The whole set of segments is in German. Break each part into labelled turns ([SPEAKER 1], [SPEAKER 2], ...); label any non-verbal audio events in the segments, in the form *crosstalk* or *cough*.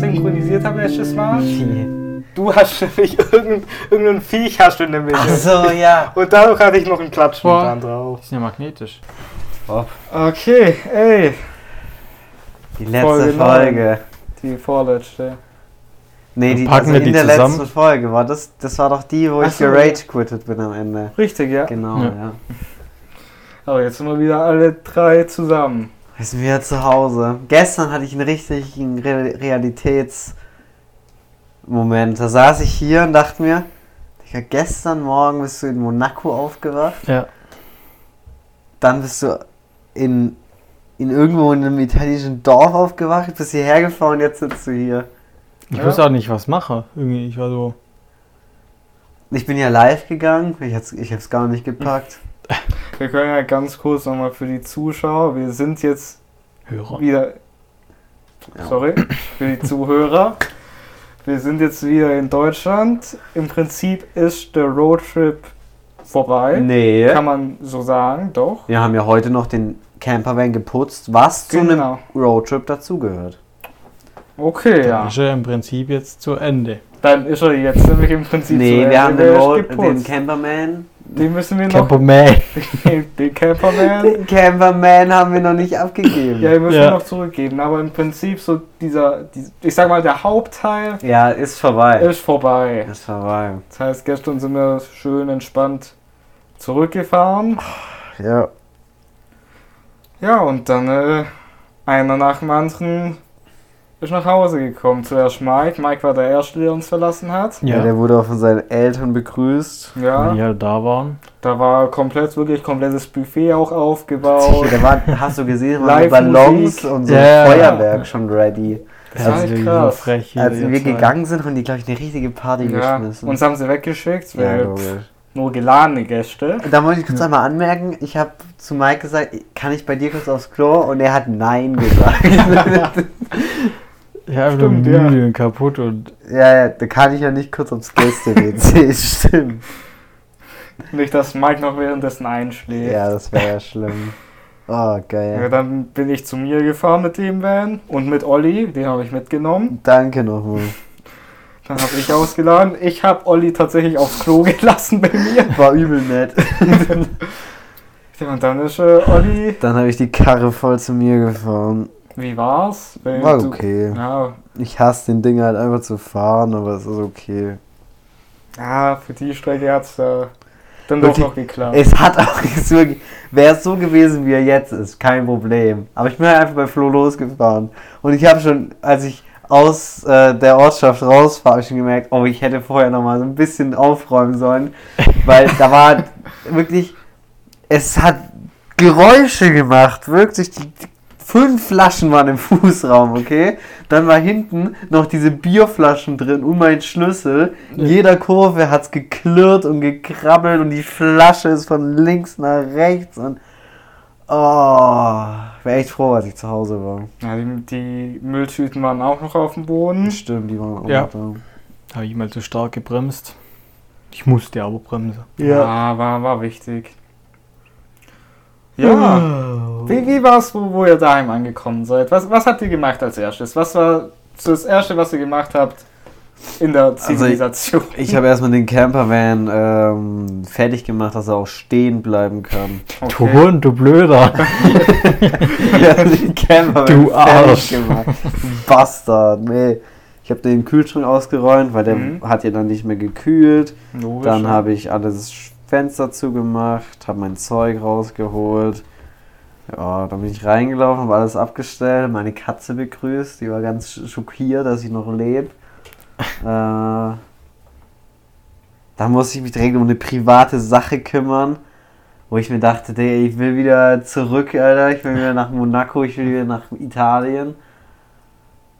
[SPEAKER 1] thematisiert haben letztes Mal? Du hast nämlich irgendein, irgendein Viech hast du nämlich.
[SPEAKER 2] Ach so, ja.
[SPEAKER 1] Und dadurch hatte ich noch einen Klatsch mit
[SPEAKER 3] Boah.
[SPEAKER 1] dran drauf.
[SPEAKER 3] Ist ja magnetisch.
[SPEAKER 1] Okay, ey.
[SPEAKER 2] Die letzte
[SPEAKER 1] Folge neun.
[SPEAKER 2] Folge.
[SPEAKER 1] Die vorletzte.
[SPEAKER 2] Nee,
[SPEAKER 3] Dann
[SPEAKER 2] die,
[SPEAKER 3] packen
[SPEAKER 2] also
[SPEAKER 3] wir
[SPEAKER 2] in
[SPEAKER 3] die
[SPEAKER 2] der
[SPEAKER 3] zusammen.
[SPEAKER 2] letzten Folge war das. Das war doch die, wo
[SPEAKER 1] Ach
[SPEAKER 2] ich
[SPEAKER 1] so.
[SPEAKER 2] gerage quittet bin am Ende.
[SPEAKER 1] Richtig, ja.
[SPEAKER 2] Genau,
[SPEAKER 3] Ja.
[SPEAKER 2] ja.
[SPEAKER 1] Aber jetzt sind wir wieder alle drei zusammen.
[SPEAKER 2] Jetzt sind wir wieder zu Hause. Gestern hatte ich einen richtigen Re Realitätsmoment. Da saß ich hier und dachte mir, Digga, gestern Morgen bist du in Monaco aufgewacht.
[SPEAKER 3] Ja.
[SPEAKER 2] Dann bist du in, in irgendwo in einem italienischen Dorf aufgewacht, bist hierher gefahren und jetzt sitzt du hier.
[SPEAKER 3] Ich
[SPEAKER 1] Ja.
[SPEAKER 3] wusste auch nicht, was mache. Irgendwie, ich war so. Ich
[SPEAKER 2] Ich bin ja live gegangen, ich hab's, ich hab's gar nicht gepackt.
[SPEAKER 1] Wir können ja ganz kurz nochmal für die Zuschauer. Wir sind jetzt
[SPEAKER 3] Hörer.
[SPEAKER 1] wieder.
[SPEAKER 2] Ja.
[SPEAKER 1] Sorry, für die Zuhörer. Wir sind jetzt wieder in Deutschland. Im Prinzip ist der Roadtrip vorbei.
[SPEAKER 2] Nee.
[SPEAKER 1] Kann man so sagen, doch.
[SPEAKER 2] Wir haben ja heute noch den Campervan geputzt, was zu einem
[SPEAKER 1] Genau.
[SPEAKER 2] Roadtrip dazugehört.
[SPEAKER 1] Okay,
[SPEAKER 3] Ja.
[SPEAKER 1] ja.
[SPEAKER 3] Ist ja im Prinzip jetzt zu Ende.
[SPEAKER 1] Dann ist er jetzt nämlich im Prinzip zu
[SPEAKER 2] Nee,
[SPEAKER 1] Ende.
[SPEAKER 2] wir haben
[SPEAKER 1] Der
[SPEAKER 2] den,
[SPEAKER 1] ist
[SPEAKER 2] Road, den
[SPEAKER 1] geputzt.
[SPEAKER 2] Camperman.
[SPEAKER 1] Den müssen wir noch.
[SPEAKER 3] Camperman.
[SPEAKER 1] den
[SPEAKER 2] *laughs*
[SPEAKER 1] Camperman.
[SPEAKER 2] Den Camperman haben wir noch nicht abgegeben.
[SPEAKER 1] Ja,
[SPEAKER 2] Ja,
[SPEAKER 1] wir müssen
[SPEAKER 3] Ja.
[SPEAKER 1] noch zurückgeben. Aber im Prinzip so dieser, dies- ich sag mal, der Hauptteil
[SPEAKER 2] ist vorbei.
[SPEAKER 1] ist vorbei.
[SPEAKER 2] Ist vorbei.
[SPEAKER 1] Das heißt, gestern sind wir schön entspannt zurückgefahren.
[SPEAKER 2] Ja.
[SPEAKER 1] Ja, und dann äh, einer nach dem anderen ist nach Hause gekommen. Zuerst Mike. Mike war der Erste, der uns verlassen hat.
[SPEAKER 2] ja.
[SPEAKER 3] Ja.
[SPEAKER 2] Der wurde auch von seinen Eltern begrüßt.
[SPEAKER 1] Ja,
[SPEAKER 3] Wenn die halt da waren.
[SPEAKER 1] da war komplett, wirklich komplettes Buffet auch aufgebaut.
[SPEAKER 2] Da war, hast du gesehen, waren
[SPEAKER 1] Live-Musik.
[SPEAKER 2] Ballons und so
[SPEAKER 3] Ja.
[SPEAKER 2] ein Feuerwerk schon ready.
[SPEAKER 1] Das
[SPEAKER 3] Ja,
[SPEAKER 1] war
[SPEAKER 3] die
[SPEAKER 1] halt
[SPEAKER 3] sind
[SPEAKER 1] krass.
[SPEAKER 3] so frech.
[SPEAKER 2] Als
[SPEAKER 3] jede
[SPEAKER 2] wir
[SPEAKER 3] Zeit.
[SPEAKER 2] gegangen sind, haben die, glaube ich, eine riesige Party
[SPEAKER 1] Ja,
[SPEAKER 2] geschmissen.
[SPEAKER 1] uns haben sie weggeschickt,
[SPEAKER 2] ja,
[SPEAKER 1] weil
[SPEAKER 2] logisch.
[SPEAKER 1] nur geladene Gäste.
[SPEAKER 2] Da wollte ich kurz einmal anmerken, ich habe zu Mike gesagt, kann ich bei dir kurz aufs Klo? Und er hat Nein gesagt. *laughs*
[SPEAKER 3] Ja, ich bin
[SPEAKER 1] Stimmt, ja.
[SPEAKER 3] müde und kaputt und
[SPEAKER 2] ja, ja, da kann ich ja nicht kurz aufs *laughs* Gäste-WC, stimmt.
[SPEAKER 1] Nicht, dass Mike noch währenddessen einschläft.
[SPEAKER 2] Ja, das wäre ja schlimm. Oh,
[SPEAKER 1] Ja,
[SPEAKER 2] geil.
[SPEAKER 1] dann bin ich zu mir gefahren mit dem Van und mit Olli, den habe ich mitgenommen.
[SPEAKER 2] Danke nochmal.
[SPEAKER 1] Dann habe ich ausgeladen. Ich habe Olli tatsächlich aufs Klo *laughs* gelassen bei mir.
[SPEAKER 2] War übel nett.
[SPEAKER 1] Ja, Und dann ist äh, Olli,
[SPEAKER 2] Dann habe ich die Karre voll zu mir gefahren.
[SPEAKER 1] wie war's? Weil
[SPEAKER 2] War
[SPEAKER 1] du-
[SPEAKER 2] okay.
[SPEAKER 1] Ja,
[SPEAKER 2] Ich hasse den Ding halt einfach zu fahren, aber es ist okay.
[SPEAKER 1] ja, für die Strecke hat's äh, dann doch
[SPEAKER 2] Wirklich?
[SPEAKER 1] noch geklappt.
[SPEAKER 2] Es hat auch es wirklich. Wäre es so gewesen, wie er jetzt ist, kein Problem. Aber ich bin halt einfach bei Flo losgefahren. Und ich habe schon, als ich aus äh, der Ortschaft raus war, habe ich schon gemerkt, oh, ich hätte vorher nochmal so ein bisschen aufräumen sollen. Weil da war halt *laughs* wirklich. Es hat Geräusche gemacht, wirklich. Die, die fünf Flaschen waren im Fußraum, okay? Dann war hinten noch diese Bierflaschen drin und mein Schlüssel. In jeder Kurve hat's geklirrt und gekrabbelt und die Flasche ist von links nach rechts und. Oh, ich wäre echt froh, als ich zu Hause war.
[SPEAKER 1] Ja, die, die Mülltüten waren auch noch auf dem Boden.
[SPEAKER 2] Stimmt, die waren auch
[SPEAKER 3] Hm. Ja.
[SPEAKER 2] noch da.
[SPEAKER 3] habe ich mal zu stark gebremst. Ich musste aber bremsen.
[SPEAKER 1] Ja, war, war wichtig.
[SPEAKER 2] Hm.
[SPEAKER 1] Ja.
[SPEAKER 3] Oh.
[SPEAKER 1] Wie, wie war es, wo, wo ihr daheim angekommen seid? Was, was habt ihr gemacht als erstes? Was war so das Erste, was ihr gemacht habt in der
[SPEAKER 2] Also ich-
[SPEAKER 1] Zivilisation?
[SPEAKER 2] *laughs* Ich habe erstmal den Campervan ähm, fertig gemacht, dass er auch stehen bleiben kann.
[SPEAKER 3] *laughs* Du Hund, du Blöder.
[SPEAKER 2] Ich hab den Campervan
[SPEAKER 3] Du Arsch.
[SPEAKER 2] fertig gemacht. Bastard, nee. Ich habe den Kühlschrank ausgeräumt, weil der
[SPEAKER 1] Mhm.
[SPEAKER 2] hat ja dann nicht mehr gekühlt.
[SPEAKER 1] Logisch.
[SPEAKER 2] Dann habe ich alles Fenster zugemacht, habe mein Zeug rausgeholt. Ja, dann bin ich reingelaufen, habe alles abgestellt, meine Katze begrüßt. Die war ganz sch- schockiert, dass ich noch lebe. äh, dann musste ich mich direkt um eine private Sache kümmern, wo ich mir dachte, ey, ich will wieder zurück, Alter. Ich will wieder nach Monaco, ich will wieder nach Italien.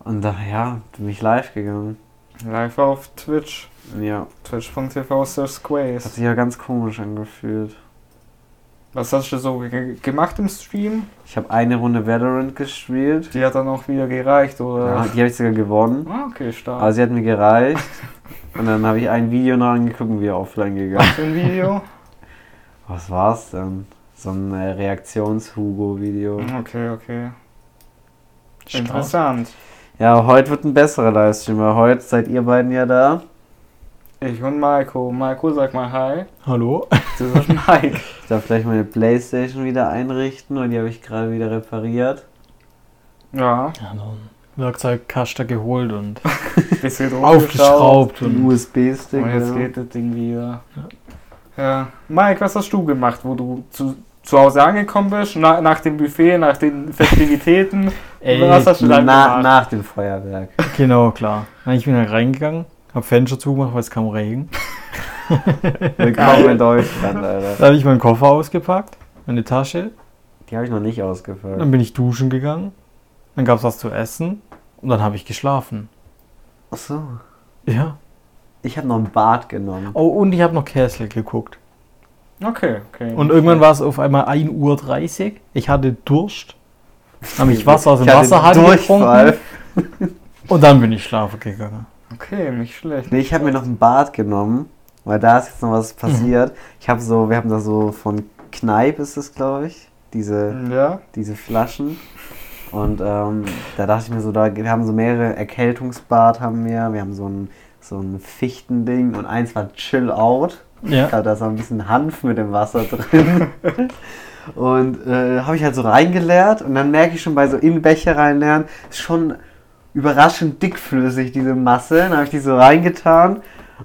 [SPEAKER 2] Und da, ja, bin ich live gegangen.
[SPEAKER 1] Live auf Twitch.
[SPEAKER 2] Ja,
[SPEAKER 1] Twitch.tv
[SPEAKER 2] hat
[SPEAKER 1] Squares.
[SPEAKER 2] sich ja ganz komisch angefühlt.
[SPEAKER 1] Was hast du so ge- gemacht im Stream?
[SPEAKER 2] Ich habe eine Runde Valorant gespielt.
[SPEAKER 1] Die hat dann auch wieder gereicht,
[SPEAKER 2] Ja, Also
[SPEAKER 1] oder?
[SPEAKER 2] die habe ich sogar gewonnen.
[SPEAKER 1] Ah, okay, stark.
[SPEAKER 2] Aber sie hat mir gereicht. Und dann habe ich ein Video noch angeguckt und wieder offline gegangen.
[SPEAKER 1] Was für ein
[SPEAKER 2] *laughs*
[SPEAKER 1] Video?
[SPEAKER 2] Was war's denn? So ein äh, Reaktions-Hugo-Video.
[SPEAKER 1] Okay, okay. *laughs*
[SPEAKER 3] Stark.
[SPEAKER 1] Interessant.
[SPEAKER 2] Ja, heute wird ein besserer Livestream, weil heute seid ihr beiden ja da.
[SPEAKER 1] Ich und Marco. Marco, sag mal hi.
[SPEAKER 3] Hallo?
[SPEAKER 1] Du bist Mike.
[SPEAKER 2] *laughs* Ich darf vielleicht meine Playstation wieder einrichten und die habe ich gerade wieder repariert.
[SPEAKER 1] Ja,
[SPEAKER 3] Ja, noch einen Werkzeugkasten geholt und
[SPEAKER 1] bist wieder
[SPEAKER 3] aufgeschraubt
[SPEAKER 2] Den
[SPEAKER 3] und
[SPEAKER 2] USB-Stick.
[SPEAKER 1] Und Oh, jetzt
[SPEAKER 2] ja.
[SPEAKER 1] geht das Ding wieder. Ja. Mike, was hast du gemacht, wo du zu, zu Hause angekommen bist? Na, nach dem Buffet, nach den Festivitäten? *laughs*
[SPEAKER 3] Ey,
[SPEAKER 1] was hast du dann
[SPEAKER 2] Na,
[SPEAKER 1] gemacht?
[SPEAKER 2] nach dem Feuerwerk.
[SPEAKER 3] genau, klar. Nein, ich bin halt reingegangen, hab Fenster zugemacht, weil es kam Regen.
[SPEAKER 2] Willkommen in Deutschland, Alter.
[SPEAKER 3] Da habe ich meinen Koffer ausgepackt, meine Tasche,
[SPEAKER 2] Die habe ich noch nicht ausgefüllt.
[SPEAKER 3] dann bin ich duschen gegangen, dann gab's was zu essen und dann habe ich geschlafen.
[SPEAKER 2] Achso.
[SPEAKER 3] Ja.
[SPEAKER 2] Ich habe noch ein Bad genommen.
[SPEAKER 3] Oh, und ich habe noch Kessel geguckt.
[SPEAKER 1] Okay, okay.
[SPEAKER 3] Und irgendwann war es auf einmal 1.30 Uhr. Ich hatte Durst. Habe ich Wasser aus dem
[SPEAKER 2] Ich hatte
[SPEAKER 3] Wasserhahn
[SPEAKER 2] Durchfall.
[SPEAKER 3] getrunken. Und dann bin ich schlafen gegangen.
[SPEAKER 1] Okay, nicht schlecht.
[SPEAKER 2] Nee, ich habe mir noch ein Bad genommen, weil da ist jetzt noch was passiert. Ich habe so, wir haben da so von Kneip ist es, glaube ich, diese,
[SPEAKER 1] Ja,
[SPEAKER 2] diese Flaschen. Und ähm, da dachte ich mir so, da, wir haben so mehrere Erkältungsbad haben wir, wir haben so ein, so ein Fichtending und eins war Chill Out.
[SPEAKER 3] Ja.
[SPEAKER 2] Da ist noch ein bisschen Hanf mit dem Wasser drin. und äh, habe ich halt so reingeleert und dann merke ich schon bei so in den Becher reinleeren, ist schon überraschend dickflüssig diese Masse. Dann habe ich die so reingetan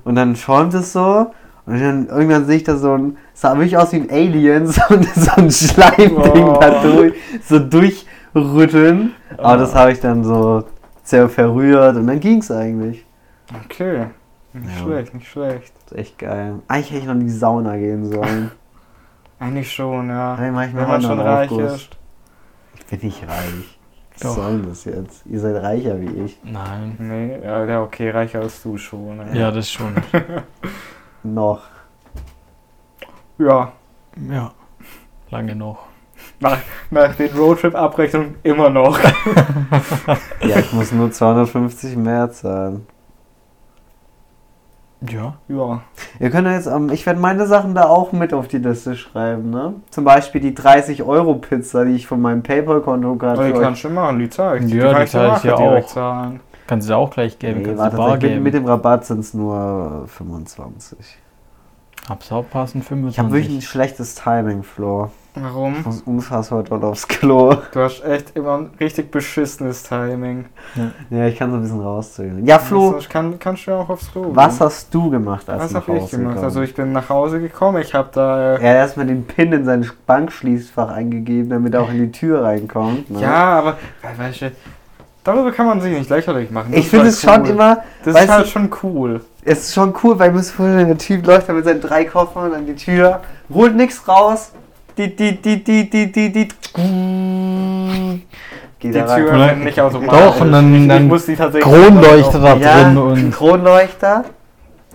[SPEAKER 2] und dann schäumt es so. Und dann irgendwann sehe ich da so ein, sah wirklich aus wie ein Alien, *laughs* so, ein- so ein Schleimding
[SPEAKER 1] Wow.
[SPEAKER 2] da durch, so durchrütteln. Aber das habe ich dann so sehr verrührt und dann ging es eigentlich.
[SPEAKER 1] okay. Nicht
[SPEAKER 2] Ja.
[SPEAKER 1] schlecht, nicht schlecht.
[SPEAKER 2] Das ist echt geil. Eigentlich hätte ich noch in die Sauna gehen sollen.
[SPEAKER 1] Eigentlich schon, ja.
[SPEAKER 2] Dann mache ich mir
[SPEAKER 1] Wenn man schon reich ist.
[SPEAKER 2] Bin ich reich. Was
[SPEAKER 3] Doch.
[SPEAKER 2] soll denn das jetzt? Ihr seid reicher wie ich.
[SPEAKER 3] Nein.
[SPEAKER 1] Nee, ja, ja, okay, reicher als du schon. Ja.
[SPEAKER 3] Ja, das schon.
[SPEAKER 2] Noch.
[SPEAKER 1] ja.
[SPEAKER 3] Ja. Lange noch.
[SPEAKER 1] Nach den Roadtrip-Abrechnungen immer
[SPEAKER 3] *laughs*
[SPEAKER 1] noch.
[SPEAKER 2] Ja, ich muss nur 250 mehr zahlen.
[SPEAKER 3] Ja.
[SPEAKER 1] Ja.
[SPEAKER 2] Ihr könnt ja jetzt, ähm, ich werde meine Sachen da auch mit auf die Liste schreiben, ne? Zum Beispiel die 30-Euro-Pizza, die ich von meinem PayPal-Konto gerade
[SPEAKER 1] Aber Oh, die
[SPEAKER 2] für euch-
[SPEAKER 1] kannst du machen, die zahl ich.
[SPEAKER 3] Ja, die zahl ich
[SPEAKER 1] dir
[SPEAKER 3] ja
[SPEAKER 1] nachher direkt
[SPEAKER 3] auch.
[SPEAKER 1] Zahlen.
[SPEAKER 3] Kannst du dir auch gleich geben.
[SPEAKER 2] Nee,
[SPEAKER 3] kannst
[SPEAKER 2] warte,
[SPEAKER 3] du bar
[SPEAKER 2] sag, mit,
[SPEAKER 3] geben.
[SPEAKER 2] mit dem Rabatt sind es nur äh, 25.
[SPEAKER 3] Hab's aufpassen,
[SPEAKER 2] Ich habe wirklich ein
[SPEAKER 3] 25.
[SPEAKER 2] schlechtes Timing, Flo.
[SPEAKER 1] Warum?
[SPEAKER 2] Ich muss unfassbar doll aufs Klo. *laughs*
[SPEAKER 1] Du hast echt immer ein richtig beschissenes Timing.
[SPEAKER 2] Ja, ich kann so ein bisschen rauszögern. Ja,
[SPEAKER 1] Also,
[SPEAKER 2] Flo,
[SPEAKER 1] ich kann, kannst du ja auch aufs Klo. gehen.
[SPEAKER 2] was hast du gemacht, als
[SPEAKER 1] Was
[SPEAKER 2] du nach
[SPEAKER 1] hab ich
[SPEAKER 2] Hause
[SPEAKER 1] gemacht?
[SPEAKER 2] gekommen
[SPEAKER 1] Also ich bin nach Hause gekommen, ich habe da... Äh,
[SPEAKER 2] Er hat erstmal den Pin in sein Bankschließfach eingegeben, damit er auch in die Tür reinkommt. Ne?
[SPEAKER 1] Ja, aber we- weißt du, darüber kann man sich nicht lächerlich machen. Das
[SPEAKER 2] Ich
[SPEAKER 1] ist
[SPEAKER 2] finde
[SPEAKER 1] halt
[SPEAKER 2] es schon
[SPEAKER 1] cool.
[SPEAKER 2] immer,
[SPEAKER 1] Das
[SPEAKER 2] weißt
[SPEAKER 1] ist halt
[SPEAKER 2] du-
[SPEAKER 1] schon cool.
[SPEAKER 2] es ist schon cool, weil bis vorhin der Typ läuft da mit seinen drei Koffern an die Tür, holt nichts raus, die, die, die, die, die, die, die,
[SPEAKER 1] Die
[SPEAKER 2] geht da
[SPEAKER 1] Tür
[SPEAKER 3] Oder-
[SPEAKER 1] öffnet nicht automatisch.
[SPEAKER 3] Doch, und dann-
[SPEAKER 1] ich, ich
[SPEAKER 3] dann
[SPEAKER 1] muss die tatsächlich.
[SPEAKER 3] Kronleuchter da
[SPEAKER 2] rein. Ja,
[SPEAKER 3] drin
[SPEAKER 2] ein
[SPEAKER 3] und.
[SPEAKER 2] Kronleuchter.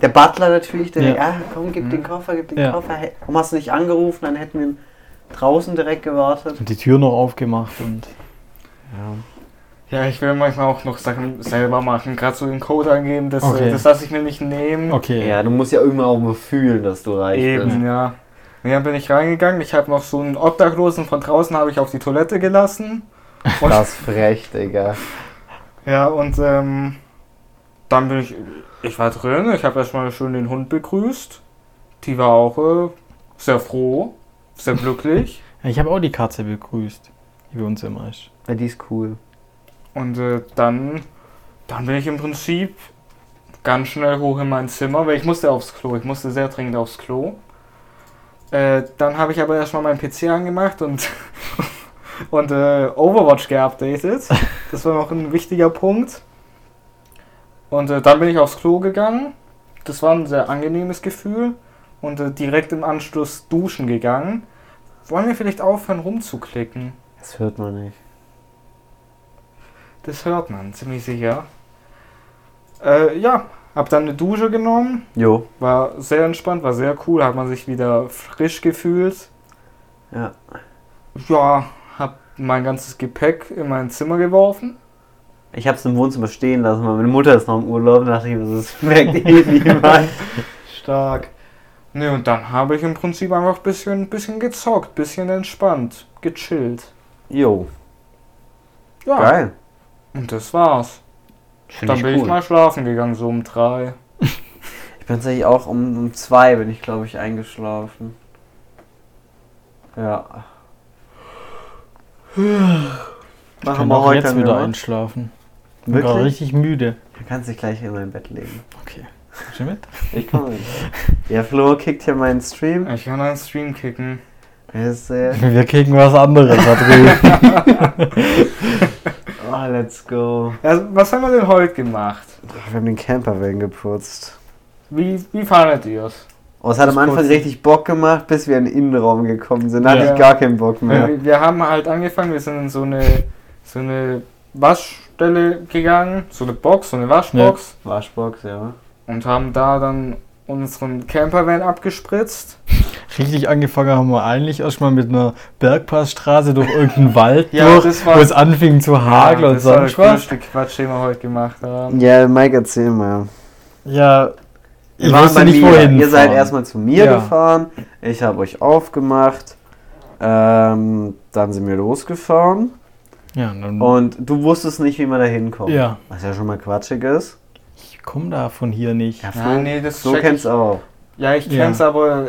[SPEAKER 2] Der Butler natürlich, der
[SPEAKER 3] Ja.
[SPEAKER 2] denkt, ah, komm, gib
[SPEAKER 1] Mhm.
[SPEAKER 2] den Koffer, gib den
[SPEAKER 3] Ja.
[SPEAKER 2] Koffer. Hä, Warum hast du nicht angerufen? Dann hätten wir ihn draußen direkt gewartet.
[SPEAKER 3] Und die Tür noch aufgemacht und.
[SPEAKER 1] Ja, ich will manchmal auch noch Sachen selber machen. Gerade so den Code angeben, das,
[SPEAKER 3] Okay.
[SPEAKER 1] das lasse ich mir nicht nehmen.
[SPEAKER 3] Okay.
[SPEAKER 2] du musst ja irgendwann auch mal fühlen, dass du reich
[SPEAKER 1] Eben, ja. Und dann bin ich reingegangen, ich habe noch so einen Obdachlosen von draußen habe ich auf die Toilette gelassen. Und,
[SPEAKER 2] Das ist frech, Digga.
[SPEAKER 1] ja, und ähm, dann bin ich, ich war drin, ich habe erstmal schön den Hund begrüßt. Die war auch äh, sehr froh, sehr glücklich.
[SPEAKER 3] Ich habe auch die Katze begrüßt, die bei uns immer ist.
[SPEAKER 2] Ja, die ist cool.
[SPEAKER 1] Und äh, dann, dann bin ich im Prinzip ganz schnell hoch in mein Zimmer, weil ich musste aufs Klo. Ich musste sehr dringend aufs Klo. Äh, dann habe ich aber erstmal meinen PC angemacht und, *laughs* und äh, Overwatch geupdatet. Das war noch ein wichtiger Punkt. Und äh, dann bin ich aufs Klo gegangen. Das war ein sehr angenehmes Gefühl. Und äh, direkt im Anschluss duschen gegangen. Wollen wir vielleicht aufhören rumzuklicken?
[SPEAKER 2] Das hört man nicht.
[SPEAKER 1] Das hört man, ziemlich sicher. Äh, ja, hab dann eine Dusche genommen,
[SPEAKER 2] Jo.
[SPEAKER 1] war sehr entspannt, war sehr cool, hat man sich wieder frisch gefühlt.
[SPEAKER 2] Ja.
[SPEAKER 1] Ja, hab mein ganzes Gepäck in mein Zimmer geworfen.
[SPEAKER 2] Ich hab's im Wohnzimmer stehen lassen, weil meine Mutter ist noch im Urlaub. Da dachte ich mir, so, das *laughs* merkt eh niemand.
[SPEAKER 1] Stark. Ne, und dann habe ich im Prinzip einfach ein bisschen, bisschen gezockt, bisschen entspannt, gechillt.
[SPEAKER 2] Jo.
[SPEAKER 1] Ja,
[SPEAKER 2] Geil.
[SPEAKER 1] und das war's. Dann bin ich mal schlafen gegangen, so um drei.
[SPEAKER 2] Ich bin tatsächlich auch um, um zwei, bin ich glaube ich eingeschlafen. Ja.
[SPEAKER 3] Ich kann
[SPEAKER 2] wir
[SPEAKER 3] auch jetzt
[SPEAKER 2] einen
[SPEAKER 3] wieder
[SPEAKER 2] Nummer.
[SPEAKER 3] einschlafen. Ich bin gerade
[SPEAKER 2] Wirklich?
[SPEAKER 3] richtig müde.
[SPEAKER 2] Du kannst dich gleich in mein Bett legen.
[SPEAKER 3] Okay. Kommst du mit?
[SPEAKER 2] Ich komme mit. Ja, Flo kickt hier meinen Stream.
[SPEAKER 1] Ich kann einen Stream kicken.
[SPEAKER 2] Er ist sehr.
[SPEAKER 3] Wir kriegen was anderes da drüben.
[SPEAKER 2] Oh, let's go.
[SPEAKER 1] Also, was haben wir denn heute gemacht?
[SPEAKER 2] Ach, Ah, Wir haben den Camperwagen geputzt.
[SPEAKER 1] Wie, wie fandet ihr es?
[SPEAKER 2] Oh, es hat
[SPEAKER 1] Das
[SPEAKER 2] am Anfang
[SPEAKER 1] Putzen.
[SPEAKER 2] richtig Bock gemacht, bis wir in den Innenraum gekommen sind. Da hatte
[SPEAKER 1] Ja.
[SPEAKER 2] ich gar keinen Bock mehr.
[SPEAKER 1] Wir, wir haben halt angefangen, wir sind in so eine, so eine Waschstelle gegangen, so eine Box, so eine Waschbox
[SPEAKER 2] Waschbox, ja.
[SPEAKER 1] und haben da dann unseren Campervan abgespritzt.
[SPEAKER 3] *laughs* richtig angefangen haben wir eigentlich erstmal mit einer Bergpassstraße durch irgendeinen Wald
[SPEAKER 1] Ja,
[SPEAKER 3] durch,
[SPEAKER 1] das
[SPEAKER 3] wo
[SPEAKER 1] war-
[SPEAKER 3] es anfing zu hageln und
[SPEAKER 1] das war
[SPEAKER 3] sonst
[SPEAKER 1] der
[SPEAKER 3] was.
[SPEAKER 1] größte Quatsch, den wir heute gemacht haben.
[SPEAKER 2] Ja, Mike, erzähl mal.
[SPEAKER 3] Ja,
[SPEAKER 2] Wir
[SPEAKER 3] ich
[SPEAKER 2] waren
[SPEAKER 3] wusste
[SPEAKER 2] bei
[SPEAKER 3] nicht
[SPEAKER 2] mir.
[SPEAKER 3] wohin.
[SPEAKER 2] Ihr seid
[SPEAKER 3] fahren.
[SPEAKER 2] erstmal zu mir
[SPEAKER 3] Ja.
[SPEAKER 2] gefahren. Ich habe euch aufgemacht. Ähm, dann sind wir losgefahren.
[SPEAKER 3] Ja, und dann,
[SPEAKER 2] Und du wusstest nicht, wie man da hinkommt.
[SPEAKER 3] ja,
[SPEAKER 2] Was ja schon mal quatschig ist.
[SPEAKER 3] ich komme da von hier nicht.
[SPEAKER 2] Ja,
[SPEAKER 1] Ja, nee, das
[SPEAKER 2] So
[SPEAKER 1] check
[SPEAKER 2] kennst auch.
[SPEAKER 1] ich. Ja, ich
[SPEAKER 3] Ja.
[SPEAKER 1] kenn's aber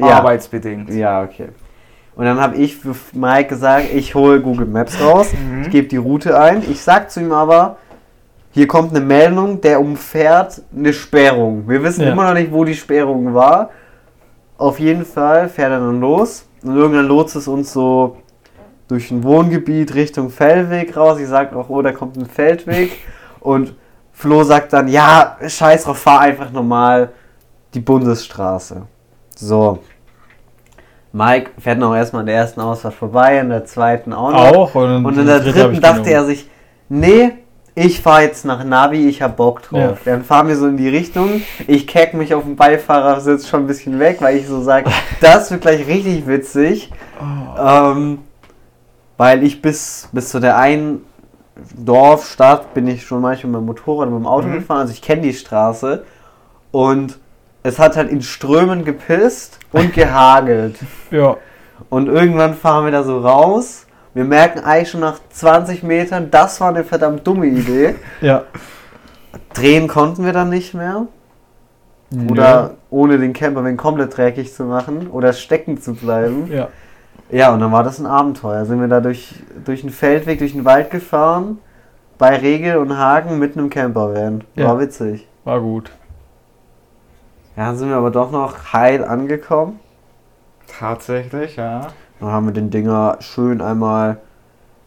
[SPEAKER 1] Ah,
[SPEAKER 2] Ja.
[SPEAKER 1] arbeitsbedingt.
[SPEAKER 2] ja, okay. Und dann habe ich für Mike gesagt, ich hole Google Maps raus.
[SPEAKER 1] Mhm.
[SPEAKER 2] Ich gebe die Route ein. Ich sag zu ihm aber, hier kommt eine Meldung, der umfährt eine Sperrung. Wir wissen
[SPEAKER 3] Ja.
[SPEAKER 2] immer noch nicht, wo die Sperrung war. Auf jeden Fall fährt er dann los. Und irgendwann lotst es uns so durch ein Wohngebiet Richtung Feldweg raus. Ich sag auch, oh, da kommt ein Feldweg. Und Flo sagt dann, ja, scheiß drauf, fahr einfach normal die Bundesstraße. So. Mike fährt noch erstmal an der ersten Ausfahrt vorbei, an der zweiten auch noch.
[SPEAKER 3] Auch und,
[SPEAKER 2] Und in der
[SPEAKER 3] dritte hab
[SPEAKER 2] dritten
[SPEAKER 3] ich
[SPEAKER 2] dachte er
[SPEAKER 3] genommen.
[SPEAKER 2] sich, nee, ich fahre jetzt nach Navi, ich hab Bock drauf.
[SPEAKER 3] Ja.
[SPEAKER 2] Dann fahren wir so in die Richtung. Ich keck mich auf dem Beifahrersitz schon ein bisschen weg, weil ich so
[SPEAKER 3] *laughs*
[SPEAKER 2] sage, das wird gleich richtig witzig. Ähm, weil ich bis, bis zu der einen Dorfstadt bin ich schon manchmal mit dem Motorrad und mit dem Auto
[SPEAKER 1] Mhm.
[SPEAKER 2] gefahren. Also ich kenne die Straße. Und es hat halt in Strömen gepisst und gehagelt.
[SPEAKER 3] Ja,
[SPEAKER 2] Und irgendwann fahren wir da so raus. Wir merken eigentlich schon nach 20 Metern, das war eine verdammt dumme Idee.
[SPEAKER 3] ja.
[SPEAKER 2] Drehen konnten wir dann nicht mehr.
[SPEAKER 3] Mhm.
[SPEAKER 2] Oder ohne den Campervan komplett dreckig zu machen oder stecken zu bleiben.
[SPEAKER 3] Ja.
[SPEAKER 2] Ja, und dann war das ein Abenteuer. Sind wir da durch, durch einen Feldweg, durch den Wald gefahren, bei Regel und Hagen mit einem Campervan. War
[SPEAKER 3] Ja.
[SPEAKER 2] witzig.
[SPEAKER 3] War gut.
[SPEAKER 2] Ja, dann sind wir aber doch noch heil angekommen.
[SPEAKER 1] Tatsächlich, ja.
[SPEAKER 2] Dann haben wir den Dinger schön einmal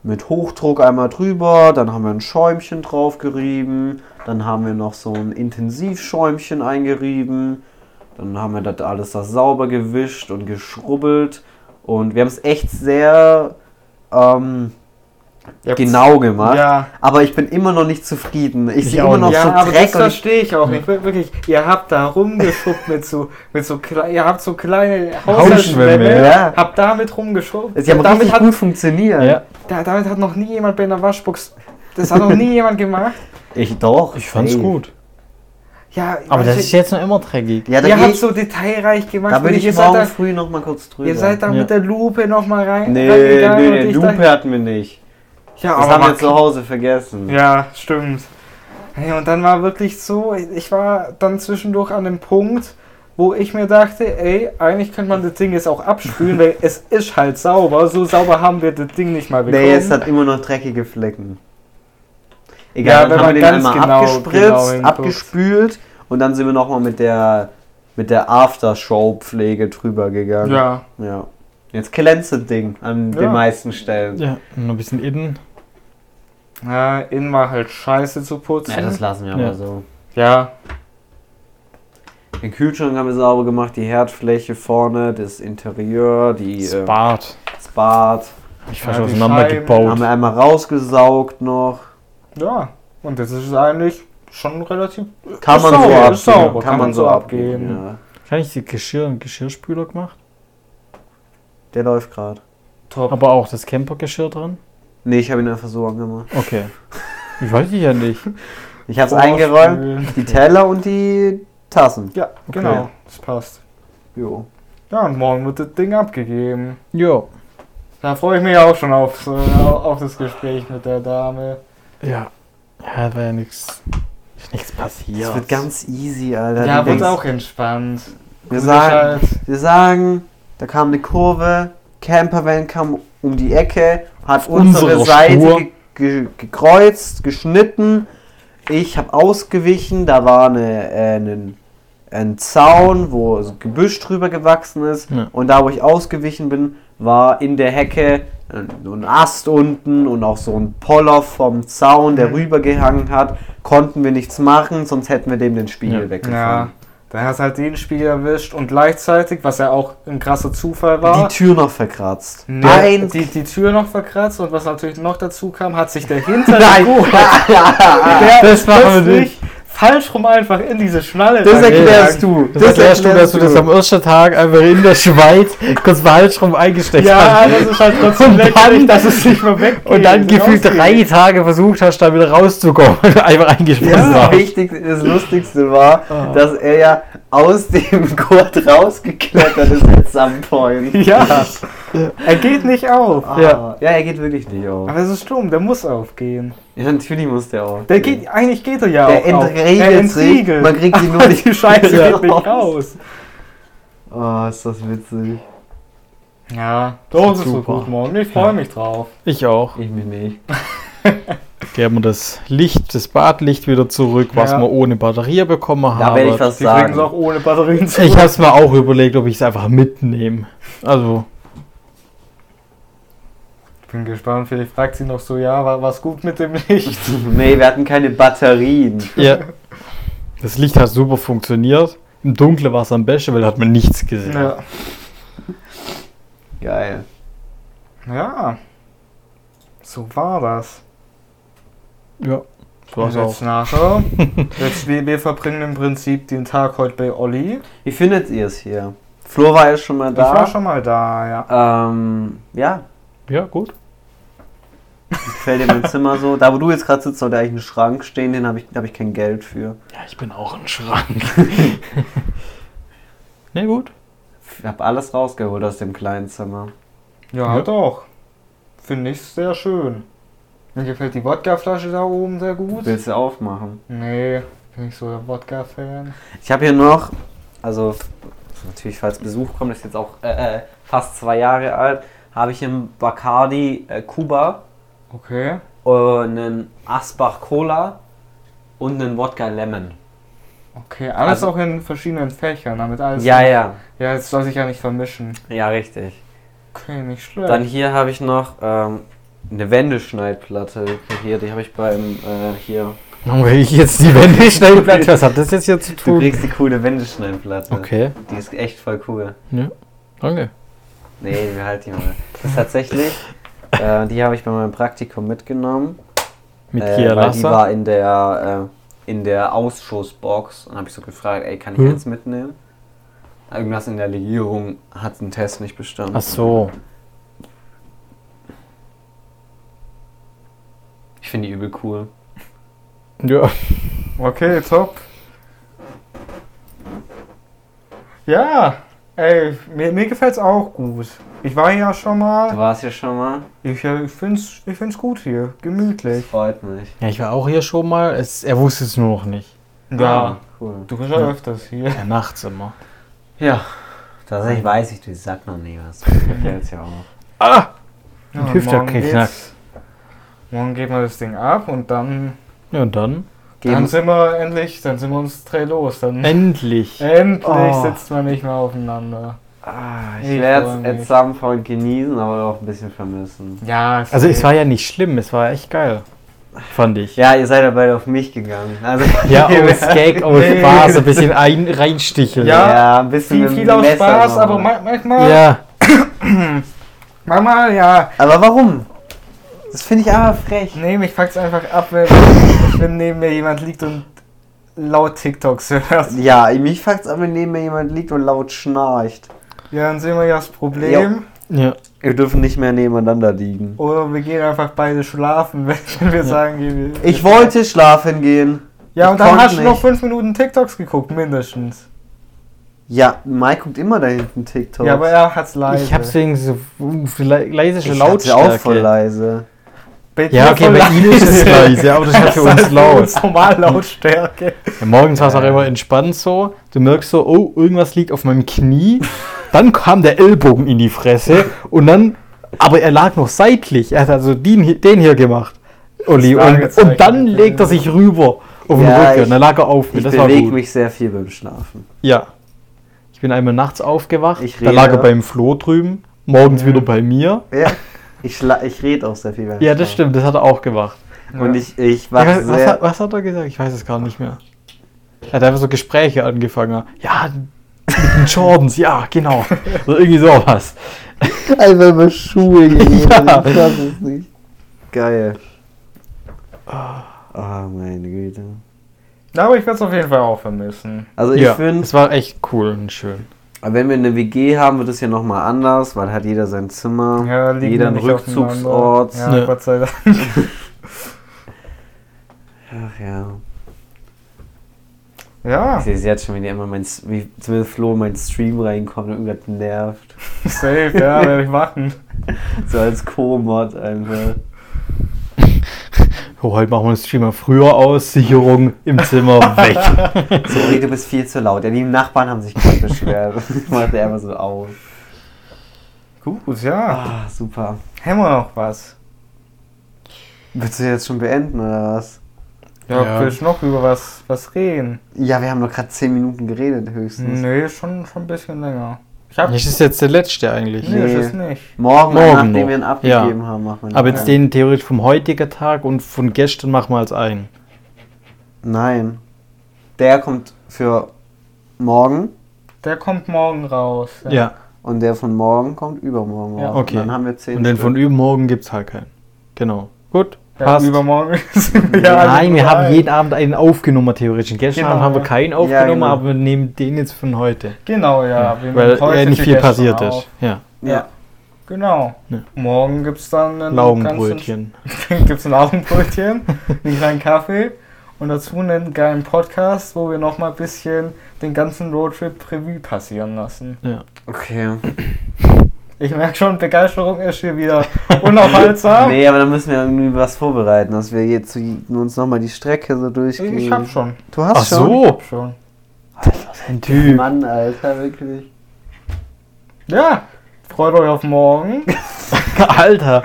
[SPEAKER 2] mit Hochdruck einmal drüber, dann haben wir ein Schäumchen drauf gerieben, dann haben wir noch so ein Intensivschäumchen eingerieben, dann haben wir das alles das sauber gewischt und geschrubbelt und wir haben es echt sehr ähm,
[SPEAKER 1] Ihr habt's-
[SPEAKER 2] genau gemacht.
[SPEAKER 1] Ja,
[SPEAKER 2] Aber ich bin immer noch nicht zufrieden. Ich, sehe
[SPEAKER 3] auch
[SPEAKER 2] immer noch
[SPEAKER 3] nicht.
[SPEAKER 1] ja
[SPEAKER 2] so
[SPEAKER 1] aber das
[SPEAKER 2] Dreck und ich,
[SPEAKER 1] verstehe ich auch nicht. Wir- Wirklich, ihr habt da rumgeschrubbt mit so, mit so kleinen, ihr habt so kleine
[SPEAKER 3] Hausschwämme,
[SPEAKER 1] Hausschwämme,
[SPEAKER 2] ja.
[SPEAKER 1] habt damit rumgeschrubbt.
[SPEAKER 2] es hat
[SPEAKER 1] damit
[SPEAKER 2] richtig
[SPEAKER 1] hat
[SPEAKER 2] gut funktioniert.
[SPEAKER 3] Ja.
[SPEAKER 1] Da, damit hat noch nie jemand bei einer Waschbox. Das hat noch
[SPEAKER 2] *laughs*
[SPEAKER 1] nie jemand gemacht.
[SPEAKER 2] Ich doch.
[SPEAKER 3] Ich fand's
[SPEAKER 2] safe.
[SPEAKER 3] gut.
[SPEAKER 1] Ja,
[SPEAKER 3] Aber das
[SPEAKER 1] manche-
[SPEAKER 3] ist jetzt noch immer dreckig.
[SPEAKER 2] Ja, da,
[SPEAKER 1] ihr
[SPEAKER 2] geh
[SPEAKER 1] habt
[SPEAKER 2] ich,
[SPEAKER 1] so detailreich gemacht.
[SPEAKER 2] da bin
[SPEAKER 1] und
[SPEAKER 2] ich
[SPEAKER 1] ihr
[SPEAKER 2] morgen
[SPEAKER 1] seid
[SPEAKER 2] früh noch mal kurz
[SPEAKER 1] da,
[SPEAKER 2] drüber.
[SPEAKER 1] ihr seid da
[SPEAKER 3] Ja.
[SPEAKER 1] mit der Lupe nochmal rein.
[SPEAKER 2] Nee,
[SPEAKER 1] reingegangen und
[SPEAKER 2] nee,
[SPEAKER 1] ich
[SPEAKER 2] Lupe
[SPEAKER 1] dachte-
[SPEAKER 2] hatten wir nicht.
[SPEAKER 1] Ja,
[SPEAKER 2] Das
[SPEAKER 1] aber
[SPEAKER 2] haben wir
[SPEAKER 1] man-
[SPEAKER 2] zu Hause vergessen.
[SPEAKER 1] Ja, stimmt. Hey, und dann war wirklich so, ich war dann zwischendurch an dem Punkt, wo ich mir dachte, ey, eigentlich könnte man das Ding jetzt auch abspülen, weil es ist halt sauber. So sauber haben wir das Ding nicht mal bekommen.
[SPEAKER 2] nee, es hat immer noch dreckige Flecken.
[SPEAKER 1] Ja,
[SPEAKER 2] Egal,
[SPEAKER 1] wenn
[SPEAKER 2] dann haben
[SPEAKER 1] man
[SPEAKER 2] wir den
[SPEAKER 1] ganz
[SPEAKER 2] einmal
[SPEAKER 1] genau-
[SPEAKER 2] abgespritzt,
[SPEAKER 1] genau hinguckt.
[SPEAKER 2] abgespült und dann sind wir nochmal mit der, mit der Aftershow-Pflege drüber gegangen.
[SPEAKER 1] ja,
[SPEAKER 2] ja. Jetzt glänzt das Ding an
[SPEAKER 1] Ja.
[SPEAKER 2] den meisten Stellen.
[SPEAKER 3] Ja, noch ein bisschen innen.
[SPEAKER 1] ja, innen war halt scheiße zu putzen.
[SPEAKER 2] Ja, das lassen wir
[SPEAKER 3] Ja.
[SPEAKER 2] aber so.
[SPEAKER 1] ja,
[SPEAKER 2] Den Kühlschrank haben wir sauber gemacht, die Herdfläche vorne, das Interieur, die äh,
[SPEAKER 3] Spart.
[SPEAKER 2] das Bad.
[SPEAKER 3] Ich
[SPEAKER 1] Ja,
[SPEAKER 3] fast
[SPEAKER 1] die
[SPEAKER 2] Haben wir
[SPEAKER 3] auseinandergebaut.
[SPEAKER 2] einmal rausgesaugt noch.
[SPEAKER 1] ja. Und das ist eigentlich schon relativ
[SPEAKER 2] Kann
[SPEAKER 1] Ist
[SPEAKER 2] man so
[SPEAKER 1] sauber,
[SPEAKER 2] abgeben.
[SPEAKER 1] ist sauber,
[SPEAKER 2] kann, man so abgeben. Ja.
[SPEAKER 3] Wahrscheinlich die Geschirr und Geschirrspüler gemacht.
[SPEAKER 2] Der läuft gerade.
[SPEAKER 1] top.
[SPEAKER 3] Aber auch das Campergeschirr dran.
[SPEAKER 2] Nee, ich habe ihn einfach so angemacht.
[SPEAKER 3] Okay. Ich weiß ich ja nicht.
[SPEAKER 2] Ich habe es
[SPEAKER 1] Vorspülen.
[SPEAKER 2] eingeräumt. Die Teller und die Tassen.
[SPEAKER 1] Ja, genau. Das passt.
[SPEAKER 2] Jo.
[SPEAKER 1] Ja, und morgen wird das Ding abgegeben.
[SPEAKER 3] Jo.
[SPEAKER 1] Da freue ich mich auch schon aufs, äh, auf das Gespräch mit der Dame.
[SPEAKER 3] Ja. Ja, da war ja nichts. Ist nichts passiert.
[SPEAKER 2] Es wird ganz easy, Alter.
[SPEAKER 1] ja,
[SPEAKER 2] Du
[SPEAKER 1] wird
[SPEAKER 2] denkst,
[SPEAKER 1] auch äh, entspannt.
[SPEAKER 2] Wir
[SPEAKER 1] Gut
[SPEAKER 2] sagen,
[SPEAKER 1] Bescheid.
[SPEAKER 2] wir sagen, da kam eine Kurve, Campervan kam um die Ecke, hat unsere,
[SPEAKER 3] unserer Spur.
[SPEAKER 2] Seite ge ge gekreuzt, geschnitten. Ich habe ausgewichen, da war eine, äh, ein, ein Zaun, wo so Gebüsch drüber gewachsen ist.
[SPEAKER 3] Ja.
[SPEAKER 2] Und da, wo ich ausgewichen bin, war in der Hecke äh, so ein Ast unten und auch so ein Poller vom Zaun, der rübergehangen hat. Konnten wir nichts machen, sonst hätten wir dem den Spiegel
[SPEAKER 3] Ja.
[SPEAKER 1] Ja,
[SPEAKER 2] weggefahren.
[SPEAKER 1] dann hast du halt den Spiegel erwischt und gleichzeitig, was ja auch ein krasser Zufall war,
[SPEAKER 2] Die Tür noch verkratzt.
[SPEAKER 1] ne,
[SPEAKER 2] Nein,
[SPEAKER 1] die, die Tür noch verkratzt und was natürlich noch dazu kam, hat sich
[SPEAKER 2] *laughs*
[SPEAKER 1] der hintere
[SPEAKER 2] Nein.
[SPEAKER 1] Gurt, *laughs* der
[SPEAKER 3] das machen wir
[SPEAKER 1] plötzlich falsch rum einfach in diese Schnalle
[SPEAKER 2] das
[SPEAKER 1] reingegangen.
[SPEAKER 2] erklärst du.
[SPEAKER 3] Das erklärst du, dass du *laughs* das am ersten Tag einfach in der Schweiz kurz falsch rum eingesteckt
[SPEAKER 1] Ja,
[SPEAKER 3] hast.
[SPEAKER 1] das ist halt trotzdem
[SPEAKER 3] Und
[SPEAKER 1] lächerlich,
[SPEAKER 3] dann-
[SPEAKER 1] dass es nicht mehr weggeht.
[SPEAKER 3] *laughs* Und dann gefühlt
[SPEAKER 1] rausgeht.
[SPEAKER 3] drei Tage versucht hast, da wieder rauszukommen. einfach eingesprungen
[SPEAKER 2] ja,
[SPEAKER 3] war.
[SPEAKER 2] das, Wichtigste, das Lustigste war, dass er ja aus dem *laughs* Gurt rausgeklettert ist at some point. *laughs*
[SPEAKER 1] Ja, er geht nicht auf.
[SPEAKER 2] Ah, ja.
[SPEAKER 3] Ja.
[SPEAKER 2] er geht wirklich nicht auf.
[SPEAKER 1] Aber es ist stumm, der muss aufgehen.
[SPEAKER 2] Ja, natürlich muss der auf.
[SPEAKER 1] Der geht, eigentlich geht er ja
[SPEAKER 2] Der
[SPEAKER 1] auch auf.
[SPEAKER 2] entriegelt
[SPEAKER 1] Er
[SPEAKER 2] sich, man kriegt ihn nur
[SPEAKER 1] Aber
[SPEAKER 2] nicht
[SPEAKER 1] *laughs* die Scheiße
[SPEAKER 2] wieder
[SPEAKER 1] geht nicht
[SPEAKER 2] raus.
[SPEAKER 1] raus.
[SPEAKER 2] Oh, ist das witzig.
[SPEAKER 1] Ja, doch, das ist so
[SPEAKER 3] Super.
[SPEAKER 1] gut morgen. Ich freue mich drauf.
[SPEAKER 3] Ich auch.
[SPEAKER 2] Ich mich nicht.
[SPEAKER 3] Geben wir das Licht, das Badlicht wieder zurück, was
[SPEAKER 1] Ja.
[SPEAKER 3] wir ohne Batterie bekommen haben.
[SPEAKER 2] Da werde ich was
[SPEAKER 1] Die kriegen
[SPEAKER 2] sagen.
[SPEAKER 1] es auch ohne Batterien zu.
[SPEAKER 3] Ich habe es mir auch überlegt, ob ich es einfach mitnehme. Also,
[SPEAKER 1] *laughs* bin gespannt, vielleicht fragt sie noch so, ja, war es gut mit dem Licht?
[SPEAKER 2] *laughs* nee, wir hatten keine Batterien.
[SPEAKER 3] ja. Das Licht hat super funktioniert. Im Dunkeln war es am besten, weil da hat man nichts gesehen.
[SPEAKER 1] Ja.
[SPEAKER 2] Geil.
[SPEAKER 1] ja. So war das.
[SPEAKER 3] Ja, so
[SPEAKER 1] Und
[SPEAKER 3] war's auch.
[SPEAKER 1] jetzt nachher. Jetzt, wir, wir verbringen im Prinzip den Tag heute bei Olli.
[SPEAKER 2] Wie findet ihr es hier? Flo war ja schon mal da.
[SPEAKER 1] Ich war schon mal da, ja.
[SPEAKER 2] Ähm, ja,
[SPEAKER 3] Ja, gut.
[SPEAKER 2] gefällt dir mein Zimmer so. Da, wo du jetzt gerade sitzt, sollte eigentlich ein Schrank stehen, den habe ich, hab ich kein Geld für.
[SPEAKER 3] Ja, ich bin auch ein *laughs* Schrank. ne, gut.
[SPEAKER 2] Ich habe alles rausgeholt aus dem kleinen Zimmer.
[SPEAKER 1] Ja,
[SPEAKER 3] Ja.
[SPEAKER 1] doch. Finde ich sehr schön. Mir gefällt die Wodkaflasche da oben sehr gut.
[SPEAKER 2] Willst du aufmachen?
[SPEAKER 1] Nee, bin ich so der Wodka-Fan.
[SPEAKER 2] Ich habe hier noch, also f- natürlich, falls Besuch kommt, ist jetzt auch äh, äh, fast zwei Jahre alt, habe ich hier einen Bacardi äh, Cuba,
[SPEAKER 1] Okay.
[SPEAKER 2] äh, einen Asbach Cola und einen Wodka Lemon.
[SPEAKER 1] Okay, alles
[SPEAKER 2] Also-
[SPEAKER 1] auch in verschiedenen Fächern, damit alles.
[SPEAKER 2] Ja, ja.
[SPEAKER 1] Ja, jetzt soll ich ja nicht vermischen.
[SPEAKER 2] Ja, richtig.
[SPEAKER 1] Okay, nicht schlecht.
[SPEAKER 2] Dann hier habe ich noch ähm, eine Wendeschneidplatte. Hier, die habe ich beim, äh, hier.
[SPEAKER 3] Warum kriege ich jetzt die Wände schnell platt? Was hat das jetzt hier zu
[SPEAKER 2] Du
[SPEAKER 3] tun?
[SPEAKER 2] kriegst die coole Wendeschneidplatte.
[SPEAKER 3] Okay,
[SPEAKER 2] Die ist echt voll cool.
[SPEAKER 3] ja. Danke.
[SPEAKER 2] Nee, wir halten die mal. Das ist tatsächlich, äh, die habe ich bei meinem Praktikum mitgenommen.
[SPEAKER 3] Mit
[SPEAKER 2] äh,
[SPEAKER 3] Kia
[SPEAKER 2] weil die
[SPEAKER 3] Lassa.
[SPEAKER 2] war in der, äh, in der Ausschussbox und habe ich so gefragt, ey, kann ich
[SPEAKER 3] Hm.
[SPEAKER 2] eins mitnehmen? Irgendwas in der Legierung hat einen Test nicht bestanden.
[SPEAKER 3] Ach so.
[SPEAKER 2] Ich finde die übel cool.
[SPEAKER 3] Ja.
[SPEAKER 1] okay, top. Ja, ey, mir, mir gefällt's auch gut. Ich war ja schon
[SPEAKER 2] Du
[SPEAKER 1] mal.
[SPEAKER 2] warst hier schon mal?
[SPEAKER 1] Ich, äh, ich, find's, ich find's gut hier.
[SPEAKER 2] Das
[SPEAKER 1] Gemütlich.
[SPEAKER 2] freut mich.
[SPEAKER 3] Ja, ich war auch hier schon mal. Es, er wusste es nur noch nicht.
[SPEAKER 2] Ah, cool.
[SPEAKER 1] Du bist ja
[SPEAKER 3] Ja.
[SPEAKER 1] öfters hier.
[SPEAKER 3] Er nachts immer.
[SPEAKER 2] Ja. Tatsächlich weiß ich, du sagst noch nie
[SPEAKER 3] *laughs*
[SPEAKER 2] was. Mir gefällt's ja auch.
[SPEAKER 3] Ah!
[SPEAKER 1] Ja,
[SPEAKER 3] Ein Hüfter
[SPEAKER 1] morgen
[SPEAKER 3] geknackt.
[SPEAKER 1] geht's- Morgen geben wir das Ding ab und dann,
[SPEAKER 3] Ja, und dann?
[SPEAKER 1] dann
[SPEAKER 2] Geben,
[SPEAKER 1] sind wir endlich, dann sind wir uns drei los.
[SPEAKER 2] Hm.
[SPEAKER 1] Dann
[SPEAKER 3] Endlich.
[SPEAKER 1] endlich
[SPEAKER 2] Oh.
[SPEAKER 1] sitzt man nicht mehr aufeinander.
[SPEAKER 2] ah, ich
[SPEAKER 1] Ich freu
[SPEAKER 2] werde es
[SPEAKER 1] mich.
[SPEAKER 2] at some point genießen, aber auch ein bisschen vermissen.
[SPEAKER 1] Ja,
[SPEAKER 3] Also, es war ja nicht schlimm. Es war echt geil.
[SPEAKER 2] *laughs*
[SPEAKER 3] Fand ich.
[SPEAKER 2] Ja, ihr seid ja beide auf mich gegangen. Also,
[SPEAKER 3] Ja, oh, aus Gag, aus
[SPEAKER 1] Nee.
[SPEAKER 3] Spaß, ein bisschen ein, reinsticheln.
[SPEAKER 1] Ja.
[SPEAKER 2] ein bisschen
[SPEAKER 1] viel,
[SPEAKER 2] mit dem
[SPEAKER 1] viel auf
[SPEAKER 2] Messer
[SPEAKER 1] Spaß,
[SPEAKER 2] nochmal.
[SPEAKER 1] aber ma manchmal,
[SPEAKER 3] ja.
[SPEAKER 1] manchmal, ja,
[SPEAKER 2] Aber warum? Das finde ich aber frech.
[SPEAKER 1] nee, mich fuckt's einfach ab, wenn, wenn neben mir jemand liegt und laut TikToks hört.
[SPEAKER 2] Ja, mich fuckt's ab, wenn neben mir jemand liegt und laut schnarcht.
[SPEAKER 1] Ja, dann sehen wir ja das Problem.
[SPEAKER 3] ja.
[SPEAKER 2] Wir dürfen nicht mehr nebeneinander liegen.
[SPEAKER 1] Oder wir gehen einfach beide schlafen, *laughs* wenn wir sagen, wir- wir
[SPEAKER 2] Ich wollte schlafen gehen.
[SPEAKER 1] Ja, und
[SPEAKER 2] Ich
[SPEAKER 1] dann
[SPEAKER 2] konnte
[SPEAKER 1] hast du noch
[SPEAKER 2] nicht.
[SPEAKER 1] fünf Minuten TikToks geguckt, mindestens.
[SPEAKER 2] Ja, Mike guckt immer da hinten TikTok.
[SPEAKER 1] Ja, aber er hat's leise.
[SPEAKER 3] Ich hab's wegen so le- uh, leise
[SPEAKER 2] ich hatte auch voll
[SPEAKER 3] Lautstärke.
[SPEAKER 2] leise.
[SPEAKER 1] Bei dir
[SPEAKER 3] Ja, okay,
[SPEAKER 1] voll
[SPEAKER 3] bei
[SPEAKER 1] laut.
[SPEAKER 3] Ihnen ist es leise, ja, aber das ist
[SPEAKER 2] *laughs*
[SPEAKER 3] halt für uns laut.
[SPEAKER 1] uns normal Lautstärke.
[SPEAKER 3] Ja, morgens war es auch immer entspannt so. Du merkst so, oh, irgendwas liegt auf
[SPEAKER 2] *laughs*
[SPEAKER 3] meinem Knie. Dann kam der Ellbogen in die Fresse und dann, aber er lag noch seitlich. Er hat also den, hier- den hier gemacht, Olli.
[SPEAKER 1] Das
[SPEAKER 3] Und,
[SPEAKER 1] Fragezeichen.
[SPEAKER 3] und dann legt er sich rüber auf den
[SPEAKER 2] Ja,
[SPEAKER 3] Rücken.
[SPEAKER 2] ich-
[SPEAKER 3] dann lag er auf mir.
[SPEAKER 2] Ich
[SPEAKER 3] das war
[SPEAKER 2] bewege
[SPEAKER 3] gut.
[SPEAKER 2] mich sehr viel beim Schlafen.
[SPEAKER 3] Ja. Ich bin einmal nachts aufgewacht.
[SPEAKER 2] Ich
[SPEAKER 3] da lag er
[SPEAKER 2] rede.
[SPEAKER 3] beim Flo drüben. Morgens wieder bei mir.
[SPEAKER 2] Ja. Ich, schla- ich rede auch sehr viel beim
[SPEAKER 3] Ja, das
[SPEAKER 2] Schlafen.
[SPEAKER 3] stimmt. Das hat er auch gemacht.
[SPEAKER 2] Und ich, ich
[SPEAKER 3] Ja,
[SPEAKER 2] wache
[SPEAKER 3] was, was,
[SPEAKER 2] sehr.
[SPEAKER 3] hat, was hat er gesagt? Ich weiß es gar nicht mehr. Er hat einfach so Gespräche angefangen. Ja, mit den Jordans, ja, genau. So irgendwie sowas.
[SPEAKER 2] Einfach mal Schuhe Also gegeben.
[SPEAKER 3] *laughs* Ja.
[SPEAKER 2] Ich fass es nicht. Geil.
[SPEAKER 1] Ah.
[SPEAKER 2] Oh, meine Güte.
[SPEAKER 1] Ja, Aber ich werde es auf jeden Fall auch vermissen.
[SPEAKER 2] Also ich
[SPEAKER 3] ja,
[SPEAKER 2] finde,
[SPEAKER 3] es war echt cool und schön.
[SPEAKER 2] wenn wir eine WG haben, wird es ja nochmal anders, weil hat jeder sein Zimmer,
[SPEAKER 1] Ja, liegen
[SPEAKER 2] jeder
[SPEAKER 1] wir
[SPEAKER 2] einen
[SPEAKER 1] nicht aufeinander.
[SPEAKER 2] Rückzugsort.
[SPEAKER 1] Ja,
[SPEAKER 3] Ja.
[SPEAKER 1] Gott sei Dank.
[SPEAKER 2] Ach ja. Ich
[SPEAKER 1] Ja,
[SPEAKER 2] sehe jetzt schon, wie der immer mein, S- wie zumindest Flo in meinen Stream reinkommt und irgendwas nervt.
[SPEAKER 1] safe,
[SPEAKER 3] *laughs*
[SPEAKER 1] ja, werde ich machen.
[SPEAKER 2] So als Co-Mod einfach.
[SPEAKER 3] Oh, heute machen wir das Stream mal früher aus. Sicherung im Zimmer
[SPEAKER 2] *laughs*
[SPEAKER 3] weg.
[SPEAKER 2] Sorry, du bist viel zu laut. Ja, die Nachbarn haben sich gerade beschwert. *laughs* Macht er immer so auf.
[SPEAKER 1] Gut, ja.
[SPEAKER 2] Ah, super.
[SPEAKER 1] Haben wir noch was?
[SPEAKER 2] Willst du jetzt schon beenden oder was?
[SPEAKER 1] Ja,
[SPEAKER 3] Ja.
[SPEAKER 1] willst du noch über was, was reden?
[SPEAKER 2] Ja, wir haben doch gerade 10 Minuten geredet höchstens.
[SPEAKER 1] Nee, schon, schon ein bisschen länger. Ich hab.
[SPEAKER 3] Das ist jetzt der letzte eigentlich.
[SPEAKER 1] Nee,
[SPEAKER 2] Nee.
[SPEAKER 1] das ist nicht.
[SPEAKER 2] Morgen,
[SPEAKER 3] Morgen
[SPEAKER 2] nachdem
[SPEAKER 3] noch.
[SPEAKER 2] wir ihn abgegeben haben, machen wir noch
[SPEAKER 3] Aber jetzt
[SPEAKER 2] einen.
[SPEAKER 3] den theoretisch vom heutigen Tag und von gestern machen wir als einen.
[SPEAKER 2] Nein. Der kommt für morgen
[SPEAKER 1] Der kommt morgen raus.
[SPEAKER 3] Ja.
[SPEAKER 2] und der von morgen kommt übermorgen
[SPEAKER 1] Ja.
[SPEAKER 2] raus.
[SPEAKER 3] Okay.
[SPEAKER 2] Und dann haben wir 10
[SPEAKER 3] Und den von übermorgen gibt es halt keinen. Genau. Gut.
[SPEAKER 1] Der
[SPEAKER 3] Passt.
[SPEAKER 1] übermorgen *laughs* ist ja,
[SPEAKER 3] Nein, wir haben jeden
[SPEAKER 1] jeden.
[SPEAKER 3] Abend einen aufgenommen, theoretisch. Gestern
[SPEAKER 1] Genau,
[SPEAKER 3] haben wir
[SPEAKER 1] ja.
[SPEAKER 3] keinen aufgenommen,
[SPEAKER 2] Ja, genau.
[SPEAKER 3] aber wir nehmen den jetzt von heute.
[SPEAKER 1] Genau, ja. wir
[SPEAKER 3] Weil
[SPEAKER 1] nehmen heute
[SPEAKER 3] äh, nicht
[SPEAKER 1] für
[SPEAKER 3] viel
[SPEAKER 1] gestern
[SPEAKER 3] passiert
[SPEAKER 1] auf.
[SPEAKER 3] ist. Ja.
[SPEAKER 2] Ja.
[SPEAKER 1] Genau.
[SPEAKER 3] Ja.
[SPEAKER 1] Morgen gibt's dann einen
[SPEAKER 3] Laugenbrötchen.
[SPEAKER 1] ganzen- *laughs* gibt's ein Laugenbrötchen, *laughs* einen kleinen Kaffee und dazu einen geilen Podcast, wo wir nochmal ein bisschen den ganzen Roadtrip Revue passieren lassen.
[SPEAKER 3] Ja.
[SPEAKER 2] Okay.
[SPEAKER 1] Ich merke schon, Begeisterung ist hier wieder unaufhaltsam.
[SPEAKER 2] Nee, aber dann müssen wir irgendwie was vorbereiten, dass wir jetzt zu, uns nochmal die Strecke so durchgehen.
[SPEAKER 1] Also, Ich hab schon.
[SPEAKER 2] Du
[SPEAKER 3] Ach
[SPEAKER 2] hast schon?
[SPEAKER 3] so.
[SPEAKER 1] schon.
[SPEAKER 3] Ein Typ.
[SPEAKER 2] Mann, Alter, wirklich.
[SPEAKER 1] Ja, freut euch auf morgen.
[SPEAKER 3] *laughs* Alter.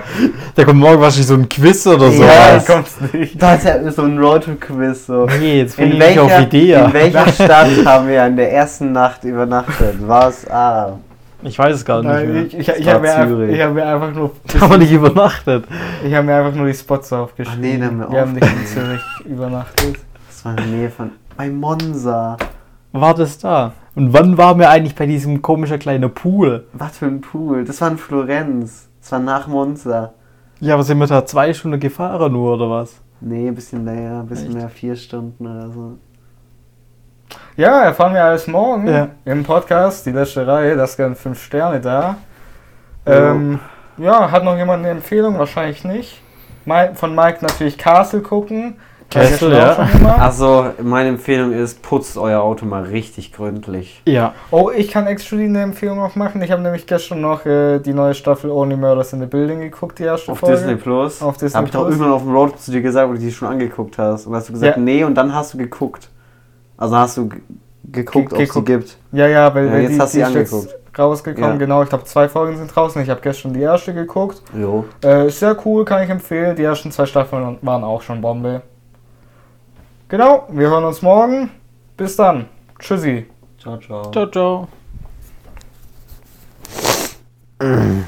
[SPEAKER 3] Da kommt morgen wahrscheinlich so ein Quiz oder so.
[SPEAKER 2] Ja,
[SPEAKER 1] ich kommt's nicht.
[SPEAKER 2] Das ist ja so ein Roadtrip-Quiz so.
[SPEAKER 3] Nee, jetzt
[SPEAKER 2] In
[SPEAKER 3] bin ich nicht auf
[SPEAKER 2] welcher,
[SPEAKER 3] Idee.
[SPEAKER 2] in
[SPEAKER 3] *laughs*
[SPEAKER 2] welcher Stadt haben wir in der ersten Nacht übernachtet? Ah. War es A?
[SPEAKER 3] Ich weiß es gar nicht
[SPEAKER 1] Nein,
[SPEAKER 3] mehr.
[SPEAKER 1] ich ich, ich
[SPEAKER 2] war
[SPEAKER 1] habe mir,
[SPEAKER 2] Zürich.
[SPEAKER 1] ein- ich hab mir einfach nur
[SPEAKER 3] Da haben wir nicht übernachtet.
[SPEAKER 1] ich hab mir einfach nur die Spots aufgeschrieben.
[SPEAKER 2] Ach nee, dann haben wir
[SPEAKER 1] wir haben nicht
[SPEAKER 2] aufgeschrieben.
[SPEAKER 1] in Zürich übernachtet.
[SPEAKER 2] Das war in der Nähe von. Bei Monza.
[SPEAKER 3] War das da? Und wann waren wir eigentlich bei diesem komischen kleinen Pool?
[SPEAKER 2] Was für ein Pool. Das war in Florenz. Das war nach Monza.
[SPEAKER 3] Ja, aber sind wir da zwei Stunden gefahren nur, oder was?
[SPEAKER 2] Nee, ein bisschen länger, ein bisschen
[SPEAKER 3] Echt?
[SPEAKER 2] mehr, vier Stunden oder so.
[SPEAKER 1] Ja, erfahren wir alles morgen
[SPEAKER 3] Ja.
[SPEAKER 1] im Podcast. Die letzte Reihe, das gern 5 Sterne da.
[SPEAKER 2] Jo.
[SPEAKER 1] Ähm, ja, hat noch jemand eine Empfehlung? Wahrscheinlich nicht. Mi- von Mike natürlich Castle gucken.
[SPEAKER 3] Castle,
[SPEAKER 1] Hab ich
[SPEAKER 3] ja.
[SPEAKER 1] schon gemacht.
[SPEAKER 2] Also, meine Empfehlung ist, putzt euer Auto mal richtig gründlich.
[SPEAKER 3] Ja.
[SPEAKER 1] Oh, ich kann actually eine Empfehlung noch machen. Ich habe nämlich gestern noch äh, die neue Staffel Only Murders in the Building geguckt, die erste
[SPEAKER 2] Auf
[SPEAKER 1] Folge.
[SPEAKER 2] Disney Plus.
[SPEAKER 1] Auf Disney
[SPEAKER 2] Hab ich doch
[SPEAKER 1] Plus.
[SPEAKER 2] irgendwann auf dem Road zu dir gesagt, wo du die schon angeguckt hast. Und hast du gesagt,
[SPEAKER 1] Ja.
[SPEAKER 2] nee, und dann hast du geguckt. Also hast du ge- geguckt,
[SPEAKER 1] Ge-
[SPEAKER 2] ob es die
[SPEAKER 1] geguckt.
[SPEAKER 2] gibt.
[SPEAKER 1] Ja, ja, weil,
[SPEAKER 2] Ja,
[SPEAKER 1] weil
[SPEAKER 2] jetzt
[SPEAKER 1] die,
[SPEAKER 2] hast du
[SPEAKER 1] die
[SPEAKER 2] sie
[SPEAKER 1] ist jetzt rausgekommen.
[SPEAKER 2] Ja.
[SPEAKER 1] Genau, ich glaube, zwei Folgen sind draußen. Ich habe gestern die erste geguckt.
[SPEAKER 2] Jo.
[SPEAKER 1] Äh, ist sehr cool, kann ich empfehlen. Die ersten zwei Staffeln waren auch schon Bombe. Genau, wir hören uns morgen. Bis dann. Tschüssi.
[SPEAKER 2] Ciao, ciao.
[SPEAKER 3] Ciao, ciao.